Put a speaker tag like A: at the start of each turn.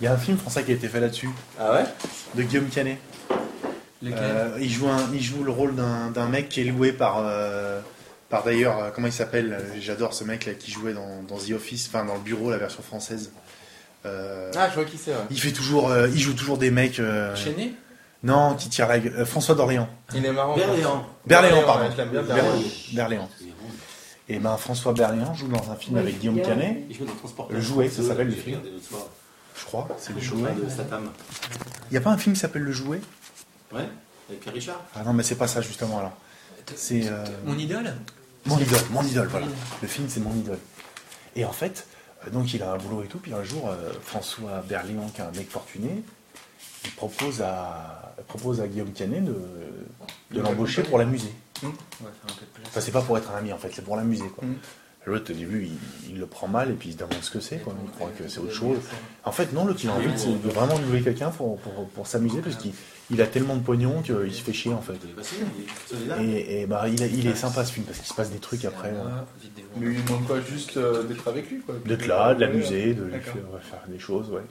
A: Il y a un film français qui a été fait là-dessus,
B: Ah ouais
A: de Guillaume Canet. Euh, il, joue un- il joue le rôle d'un d'un mec qui est loué par. euh, par d'ailleurs, euh, comment il s'appelle euh, J'adore ce mec là qui jouait dans, dans The Office, enfin dans le bureau, la version française. Euh,
B: Ah, je vois qui c'est. ouais.
A: Il fait toujours, euh, il joue toujours des mecs. euh,
C: Chaîné
A: non, qui tirent la gueule. Euh, François d'Orléans.
B: Il est marrant.
C: Berléand.
A: Berléand,
B: Berléand,
A: pardon.
B: ouais, je l'aime bien,
A: Berléand.
B: Berléand.
A: Berléand. Et ben François Berléand joue dans un film
D: Oui,
A: avec Guillaume
D: bien.
A: Canet,
E: Il joue dans Transporteur.
A: Le jouet, ça s'appelle le
E: J'ai
A: film.
E: regardé l'autre soir.
A: je crois. C'est le
E: Le
A: jouet.
E: jouet de Satam.
A: Il n'y a pas un film qui s'appelle Le Jouet
E: Ouais, avec Pierre Richard.
A: Ah non, mais c'est pas ça justement alors. C'est euh,
C: Mon idole
A: Mon idole, mon idole, voilà. Le film, c'est mon idole. Et en fait, euh, donc il a un boulot et tout, puis un jour, euh, François Berléand, qui est un mec fortuné, il propose à, propose à Guillaume Canet de, de l'embaucher pour l'amuser.
B: Ouais, c'est un peu de place.
A: Enfin, c'est pas pour être un ami, en fait, c'est pour l'amuser, quoi.
B: Mhm.
A: L'autre, au début, il, il le prend mal et puis il se demande ce que c'est, quoi. Il croit que c'est autre chose. En fait, non, l'autre, il a envie de, de vraiment louer quelqu'un pour, pour, pour s'amuser parce qu'il il a tellement de pognon qu'il se fait chier, en fait.
E: Il est passé, il est celui-là.
A: Et, et bah, il, a- il est sympa, ce film, parce qu'il se passe des trucs après. hein.
B: Mais il manque pas juste euh, d'être avec lui quoi.
A: D'être là, de l'amuser, de lui euh,
B: D'accord.
A: faire, ouais, faire des choses, ouais.